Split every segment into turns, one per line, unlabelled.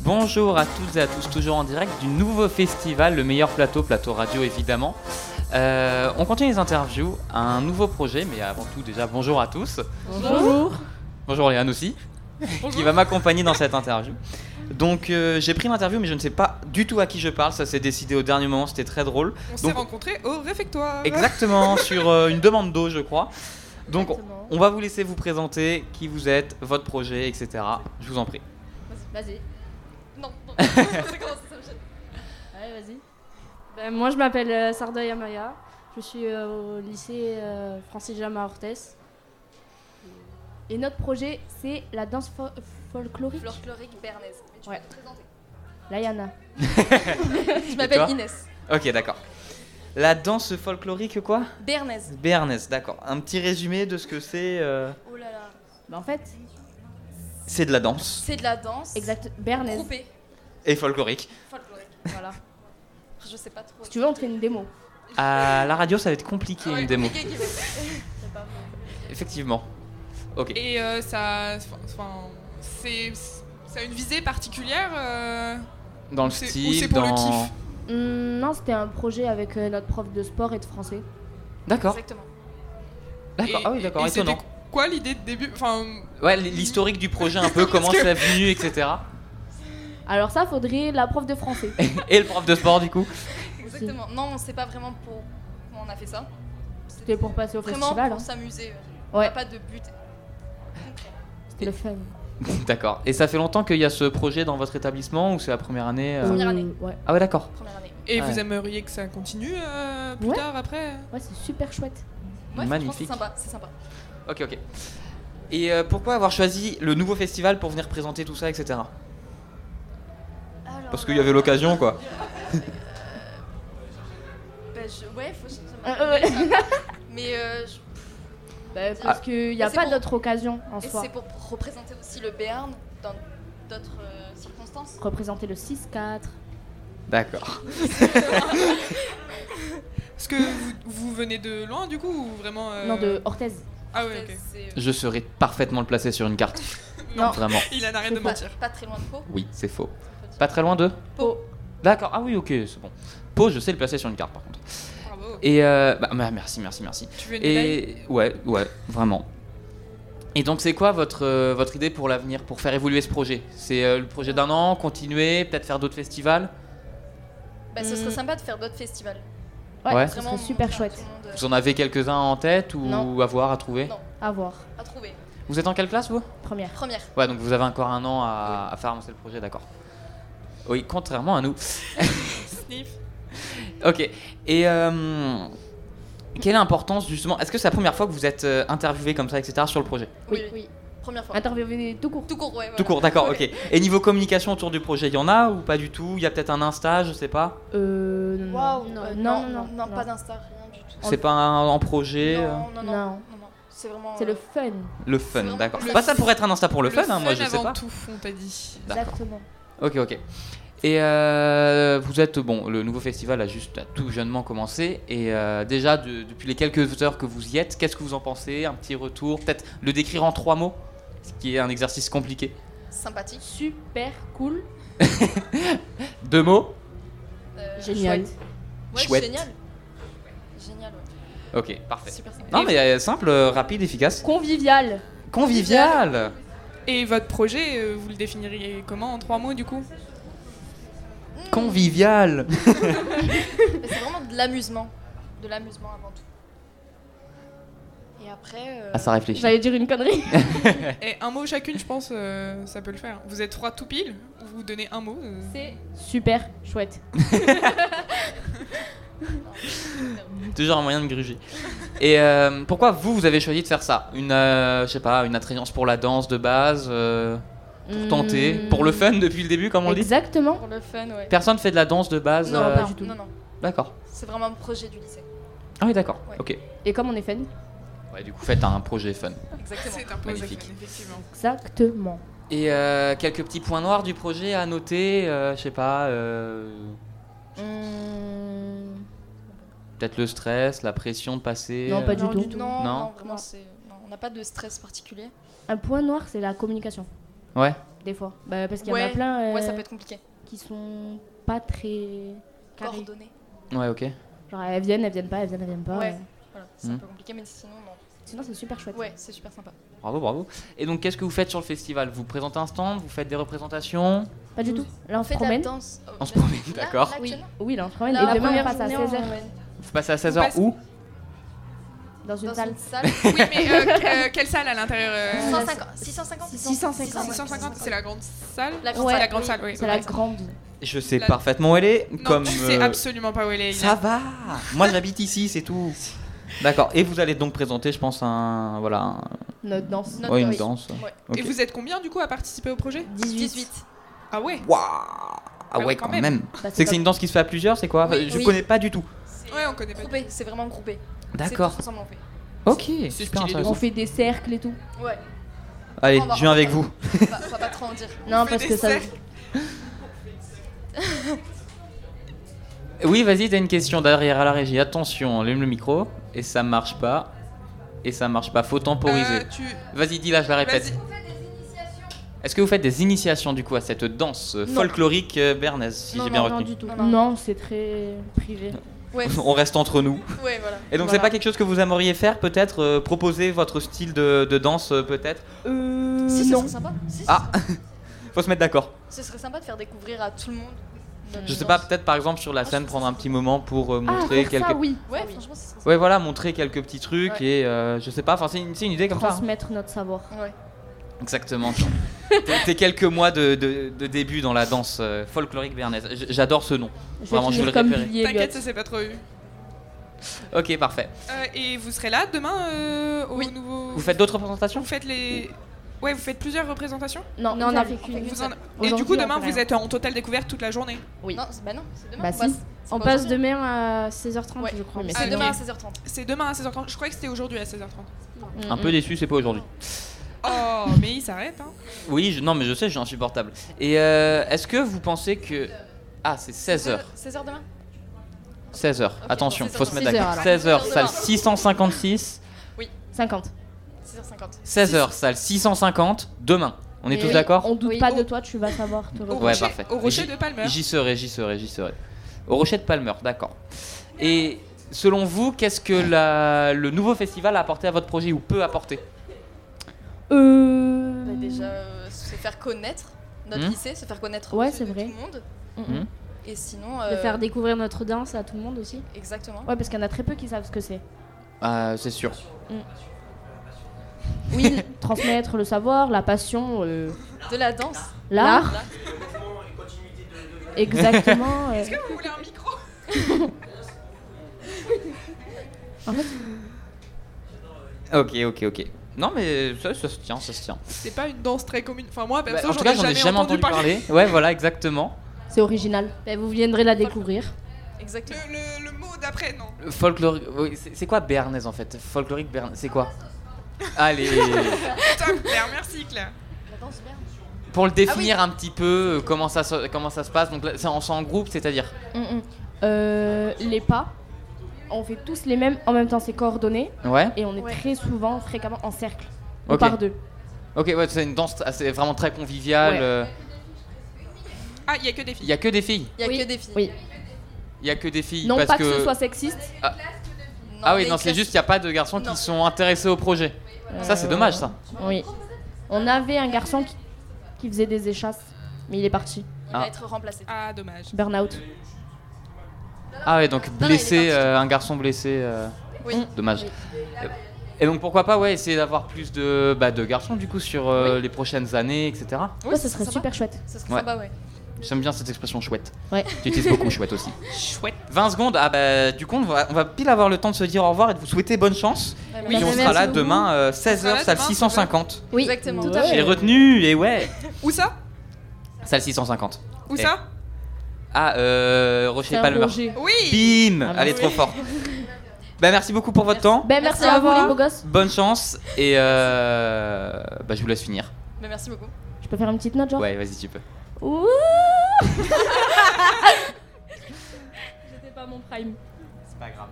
Bonjour à toutes et à tous, toujours en direct du nouveau festival, le meilleur plateau, plateau radio évidemment. Euh, on continue les interviews, un nouveau projet, mais avant tout déjà bonjour à tous.
Bonjour.
Bonjour Léane aussi, qui va m'accompagner dans cette interview. Donc euh, j'ai pris l'interview, mais je ne sais pas du tout à qui je parle, ça s'est décidé au dernier moment, c'était très drôle.
On s'est
Donc-
rencontrés au réfectoire.
Exactement, sur euh, une demande d'eau je crois. Donc
Exactement.
on va vous laisser vous présenter qui vous êtes, votre projet, etc. Je vous en prie.
Vas-y.
Non, non, ça commence, ça me gêne.
Ouais, vas-y. Ben, moi, je m'appelle euh, Sarda Yamaya. Je suis euh, au lycée euh, Francis Jama Ortès. Et notre projet, c'est la danse fo- folklorique.
Folklorique bernaise. Mais tu
Ouais.
peux te présenter.
Layana.
Je
toi
m'appelle Inès.
Ok, d'accord. La danse folklorique quoi
Bernaise.
Béarnaise, d'accord. Un petit résumé de ce que c'est. euh,
Oh là là.
Ben, en fait,
C'est de la danse
C'est de la danse.
exact. Bernaise.
Groupée.
et folklorique.
Folklorique.
Voilà.
Je sais pas trop.
Si tu veux, on te fait une démo.
À la radio, ça va être
Ah
compliqué une démo.
compliqué qu'il faut.
Effectivement. Ok.
Et euh, ça, enfin, c'est, ça a une visée particulière. euh,
Dans le
c'est- ou
style,
c'est pour le
dans.
kiff
Hum, non, c'était un projet avec euh, notre prof de sport et de français.
D'accord.
Exactement.
D'accord.
Et-
Ah oui, d'accord.
et c'était
Étonnant.
Quoi l'idée de début Enfin,
Ouais, l- l'historique du projet, un peu comment
Parce que-
c'est venu, etc.
Alors ça, faudrait la prof de français.
Et le prof de sport du coup.
Exactement. Non, on sait pas vraiment pour comment on a fait ça.
C'était pour passer au
Vraiment
festival.
pour
hein.
s'amuser. On
Ouais.
a pas de but. concret.
C'était le fun.
D'accord. Et ça fait longtemps qu'il y a ce projet dans votre établissement ou c'est la première année euh
Première année.
Ouais,
Ah ouais, d'accord.
Première année.
et
Ouais.
vous aimeriez que ça continue euh, plus
Ouais.
tard après
ouais c'est super chouette.
Ouais, franchement,
Magnifique.
C'est sympa. C'est sympa.
Ok, ok. Et euh, pourquoi avoir choisi le nouveau festival pour venir présenter tout ça, etc.
Alors
Parce
là,
qu'il y avait l'occasion, quoi.
bah, je- Ouais, faut. ça m'a-
Euh, ouais.
Mais euh, je-
Bah, parce qu'il n'y a
Et c'est
pas
pour-
d'autre occasion en
Et
soi.
c'est pour représenter aussi le Béarn dans d'autres euh, circonstances.
Représenter le 6-4.
D'accord.
Est-ce que vous, vous venez de loin du coup ou vraiment euh,
Non, de Orthez.
Ah ouais, ok.
C'est- euh,
Je serais parfaitement le placé sur une carte.
Non.
Vraiment.
Il en arrête
C'est
de
pas,
mentir.
pas très loin de Pau.
Oui, c'est faux. Pas très loin d'eux
Pau.
D'accord, ah oui, ok, c'est bon. Pau, je sais le placer sur une carte par contre.
Bravo.
Et euh, bah, bah, merci, merci, merci.
Tu veux une médaille
Et ouais, ouais, vraiment. Et donc, c'est quoi votre, euh, votre idée pour l'avenir, pour faire évoluer ce projet C'est euh, le projet d'un an, continuer, peut-être faire d'autres festivals
Bah, ce serait
Hmm.
sympa de faire d'autres festivals.
Ouais,
Ouais.
ce
Vraiment,
serait super
montrer à
chouette
tout le monde, euh,
Vous en avez quelques-uns en tête ou
Non.
à voir, à trouver
Non.
à voir.
à trouver.
Vous êtes en quelle classe vous
Première.
Première.
Ouais, donc vous avez encore un an à, à faire avancer le projet, d'accord. Oui, contrairement à nous.
Sniff.
Ok. Et euh, quelle est l'importance justement Est-ce que c'est la première fois que vous êtes euh, interviewé comme ça, etc. sur le projet
Oui,
Oui,
oui.
oui.
Première fois.
Interviewer tout court.
Tout court, ouais.
Tout
voilà.
court, d'accord, ok.
Ouais.
Et niveau communication autour du projet, il y en a ou pas du tout Il y a peut-être un Insta, je sais pas
Euh. Non,
Waouh.
non,
euh,
non, non, non.
pas d'Insta, rien du tout.
C'est pas un, en projet euh,
Non, non, non.
Non.
non, non. C'est vraiment.
C'est le
euh,
fun.
Le
Non,
fun, d'accord.
le
Bah, ça pourrait être un Insta pour le, fun, hein, moi je sais
avant
pas. Bah.
tout, on t'a dit.
D'accord.
Exactement.
Ok, ok. Et euh, vous êtes, bon, le nouveau festival a juste a tout jeunement commencé. Et euh, déjà, de- depuis les quelques heures que vous y êtes, qu'est-ce que vous en pensez Un petit retour Peut-être le décrire en trois mots Ce qui est un exercice compliqué.
sympathique.
Super cool.
Deux mots
euh,
Génial.
chouette. Ouais,
Chouette.
Génial. Génial, ouais.
Ok, parfait.
Super sympa.
Non, mais euh, simple, euh, rapide, efficace.
Convivial.
Convivial
Et votre projet, euh, vous le définiriez comment en trois mots du coup
Mmh.
Convivial
Mais c'est vraiment de l'amusement. De l'amusement avant tout. Et après. euh,
Ah, ça réfléchit.
J'allais dire une connerie.
Et un mot chacune, je pense, euh, ça peut le faire. Vous êtes trois tout pile, vous donnez un mot. euh.
C'est super chouette.
Toujours un moyen de gruger. Et euh, pourquoi vous, vous avez choisi de faire ça Une, euh, je sais pas, une attrayance pour la danse de base euh, Pour tenter
Mmh.
Pour le fun depuis le début, comme on le dit
Exactement.
Pour le fun, ouais.
Personne fait de la danse de base
Non,
euh,
pas du tout.
non, non.
D'accord.
C'est vraiment un projet du lycée.
Ah oui, d'accord.
Ouais.
Ok.
Et comme on est fun.
Ouais, du coup, faites un projet fun.
Exactement.
C'est un peu
Magnifique.
Zachman, effectivement.
Exactement.
Et euh, quelques petits points noirs du projet à noter, euh, je sais pas, euh,
Hmm.
Hum,
peut-être le stress, la pression de passer.
Non, pas
euh,
du tout.
Non,
Non.
non, vraiment,
Non.
c'est- non, on n'a pas de stress particulier.
Un point noir, c'est la communication.
Ouais.
des fois. Bah, parce qu'il y en
Ouais,
a plein euh,
Ouais, ça peut être compliqué.
qui sont pas très carrés.
Coordonnées.
Ouais, ok.
Genre elles viennent, elles viennent pas, elles viennent, elles viennent pas.
Ouais.
euh.
Voilà, c'est
Hmm.
un peu compliqué, mais sinon, non.
Sinon c'est super chouette.
Ouais, c'est super sympa.
Bravo, bravo. Et donc, qu'est-ce que vous faites sur le festival Vous présentez un stand, vous faites des représentations,
Pas du
Nous-
tout. Là on se
fait de la
promène.
danse. euh,
on se
là-
promène,
là-
d'accord
là,
Oui.
actuellement.
Oui, là on se promène.
Là,
et
la
demain on
première
passe à
journée, on-
16h
Vous passez à 16h
passe-
où
dans une
Dans
salle.
une salle.
Oui, mais euh, que- euh, quelle salle à l'intérieur euh,
650. 650.
650.
650, c'est la grande salle
La
Ouais.
C'est la grande salle, oui.
C'est la grande.
Je sais
La-
parfaitement où elle est.
Non,
comme,
tu sais
euh,
absolument pas où elle est. Ina.
Ça va Moi j'habite ici, c'est tout. D'accord, et vous allez donc présenter, je pense, un. Voilà, un-
Notre danse.
Notre
ouais, une
danse.
danse.
Ouais.
Ok.
Et vous êtes combien du coup à participer au projet
18.
18.
Ah ouais
Waouh Ah ouais, quand même,
Bah,
C'est que c'est une danse qui se fait à plusieurs, c'est quoi
Oui,
Je
oui.
connais pas du tout.
Ouais, on connaît pas.
Groupé, c'est vraiment groupé. C'est
D'accord,
tous ensemble, on fait.
ok,
stylé
super
de
On
intéressant.
fait des cercles et tout.
Ouais,
Allez,
On va-
je viens avec vous.
on va, on va pas trop en dire.
Non,
fait
parce
des
que ça.
cercles.
Oui, vas-y, t'as une question derrière à la régie. Attention, allume le micro. Et ça marche pas. Et ça marche pas, faut temporiser.
Euh, tu...
Vas-y, dis-la, je la répète.
Vas-y.
Est-ce que vous faites des initiations du coup à cette danse euh,
Non.
folklorique euh, bernaise, si
non,
j'ai bien
non, non,
retenu
du tout.
Non,
Non,
non.
c'est très privé.
Ouais,
On reste entre nous.
ouais, voilà.
Et donc c'est
Voilà.
pas quelque chose que vous aimeriez faire peut-être euh, Proposer votre style de, de danse euh, peut-être
Euh,
Si, ce
non.
serait sympa. Si, ce
Ah.
serait-
Faut se mettre d'accord.
Ce serait sympa de faire découvrir à tout le monde. notre
Je sais
danse.
pas, peut-être par exemple sur la scène prendre un petit moment pour euh,
Ah,
montrer
faire
quelques...
ça, oui.
Ouais, franchement, ce serait sympa.
Ouais voilà, montrer quelques petits trucs
Ouais.
et euh, je sais pas, enfin c'est une, c'est une idée comme ça. hein.
Transmettre notre savoir.
Ouais.
Exactement. T'es- T'es quelques mois de, de- de début dans la danse euh, folklorique bernaise. J- J'adore ce nom.
Je vais
Vraiment, je vais
finir
le
comme
repérer.
Billy
T'inquiète,
Elliot.
ça s'est pas trop eu.
Ok, parfait.
Euh, et vous serez là demain euh, au
Oui.
nouveau.
Vous faites d'autres représentations
Vous faites les. Ouais, vous faites plusieurs représentations.
Non,
Non,
non,
on a
non.
fait qu'une.
Vous en- Et
Aujourd'hui,
du coup,
on
demain,
fait
vous
rien.
êtes en totale découverte toute la journée.
Oui.
Non, c'est- bah non, c'est demain.
Bah
on
si.
passe- c'est
On
pas
passe
aujourd'hui.
demain à 16h30,
Ouais.
je crois.
mais
Mais
Ah,
C'est
c'est-
demain à
ok.
16h30.
C'est demain à 16h30. Je croyais que c'était aujourd'hui à 16h30.
Mm,
Un
mm.
peu déçu, c'est pas aujourd'hui.
Oh, mais il s'arrête. Hein.
Oui, je- non mais je sais, je suis insupportable. Et euh, est-ce que vous pensez que... Ah, c'est 16h.
16h demain
16h, attention,
16
faut se mettre
16
d'accord.
alors.
16h,
16
salle 656.
50.
16h50.
16h, salle 650, demain. On est
Et
tous d'accord
On doute
Oui.
pas
Oh.
de toi, tu vas savoir te
Au,
Ouais,
rocher,
parfait.
au rocher
J-
de Palmer.
J'y serai, j'y serai, j'y serai. Au Rocher de Palmer, d'accord. Et selon vous, qu'est-ce que la- le nouveau festival a apporté à votre projet ou peut apporter
Euh...
Bah, déjà, euh, se faire connaître notre
Hmm.
lycée, se faire connaître aux
Ouais,
yeux
c'est
de
vrai.
tout le monde.
Mm, mm.
Et sinon.
De
euh,
faire découvrir notre danse à tout le monde aussi.
Exactement.
Ouais, parce qu'il y en a très peu qui savent ce que c'est.
Euh, C'est sûr.
Oui, transmettre le savoir, la passion, euh,
De la danse.
l'art. Exactement. euh.
Est-ce que vous voulez un micro
Ok, ok, ok. Non mais ça, ça se tient, ça se tient.
C'est pas une danse très commune. Enfin, moi,
Bah,
perso,
en tout cas, j'en ai jamais entendu parler. Ouais, voilà, exactement.
C'est original. Bah, vous viendrez la découvrir.
Exactement.
Le, le- le mot d'après, non.
Folklorique. oui, C'est c'est quoi Béarnaise en fait Folklorique Béarnaise, c'est quoi Allez
Top, Claire, merci Claire.
La danse bien.
Pour le définir un petit peu, euh, comment ça, se- comment ça se passe Donc là, c'est en, c'est en groupe, c'est-à-dire
Mm, mm. Euh, les pas, on fait tous les mêmes en même temps, c'est coordonné
Ouais.
et on est
Ouais.
très souvent, fréquemment en cercle. On
Ok.
part deux.
Ok, ouais, c'est une danse assez, vraiment très conviviale.
Ouais.
euh,
Ah, il y a que des
Il
filles.
y a que des filles.
Il y a
Oui.
que des filles.
Oui.
Il y a que des filles.
Non
parce
pas que... ce soit sexiste.
Ah oui,
mais
non, c'est
classe-
juste qu'il n'y a pas de garçons
Non.
qui sont intéressés au projet. Ça, c'est
Euh,
dommage, ça.
Oui. On avait un garçon qui, qui faisait des échasses, mais il est parti.
Il
Ah.
va être remplacé.
Ah, dommage.
Burnout.
Ah ouais, donc
non, il
blessé,
est parti.
euh, un garçon blessé. euh,
Oui.
hum, Dommage. Euh, Et donc pourquoi pas, ouais, essayer d'avoir plus de, bah, de garçons du coup sur euh, les prochaines années, etc.
Oui,
ouais, ce serait
sympa.
super chouette.
Ce serait
Ouais.
sympa, ouais.
J'aime bien cette expression chouette.
Ouais.
J'utilise beaucoup chouette aussi.
Chouette.
20 secondes, ah bah du coup on va, on va pile avoir le temps de se dire au revoir et de vous souhaiter bonne chance.
Ouais,
Bah,
Puis on
merci
sera là
beaucoup.
demain euh,
sera
16h
là
salle
demain,
650.
Oui,
Exactement.
tout
Tout à
à
fait.
J'ai
fait.
retenu et ouais.
Où ça
Salle 650.
Où
Eh.
ça
Ah euh, Rocher Palmer.
Oui
Bim
Ah,
Elle est
oui.
trop forte. Bah merci beaucoup pour votre
Merci.
temps.
Ben merci, à vous les beaux gosses.
Bonne chance et euh, bah je vous laisse finir.
Mais merci beaucoup.
Je peux faire une petite note genre
Ouais, vas-y tu peux.
Ouh J'étais pas mon prime.
C'est pas grave.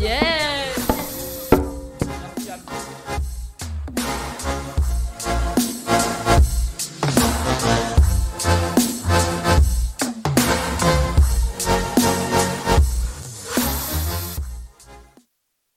Yeah
Merci à vous.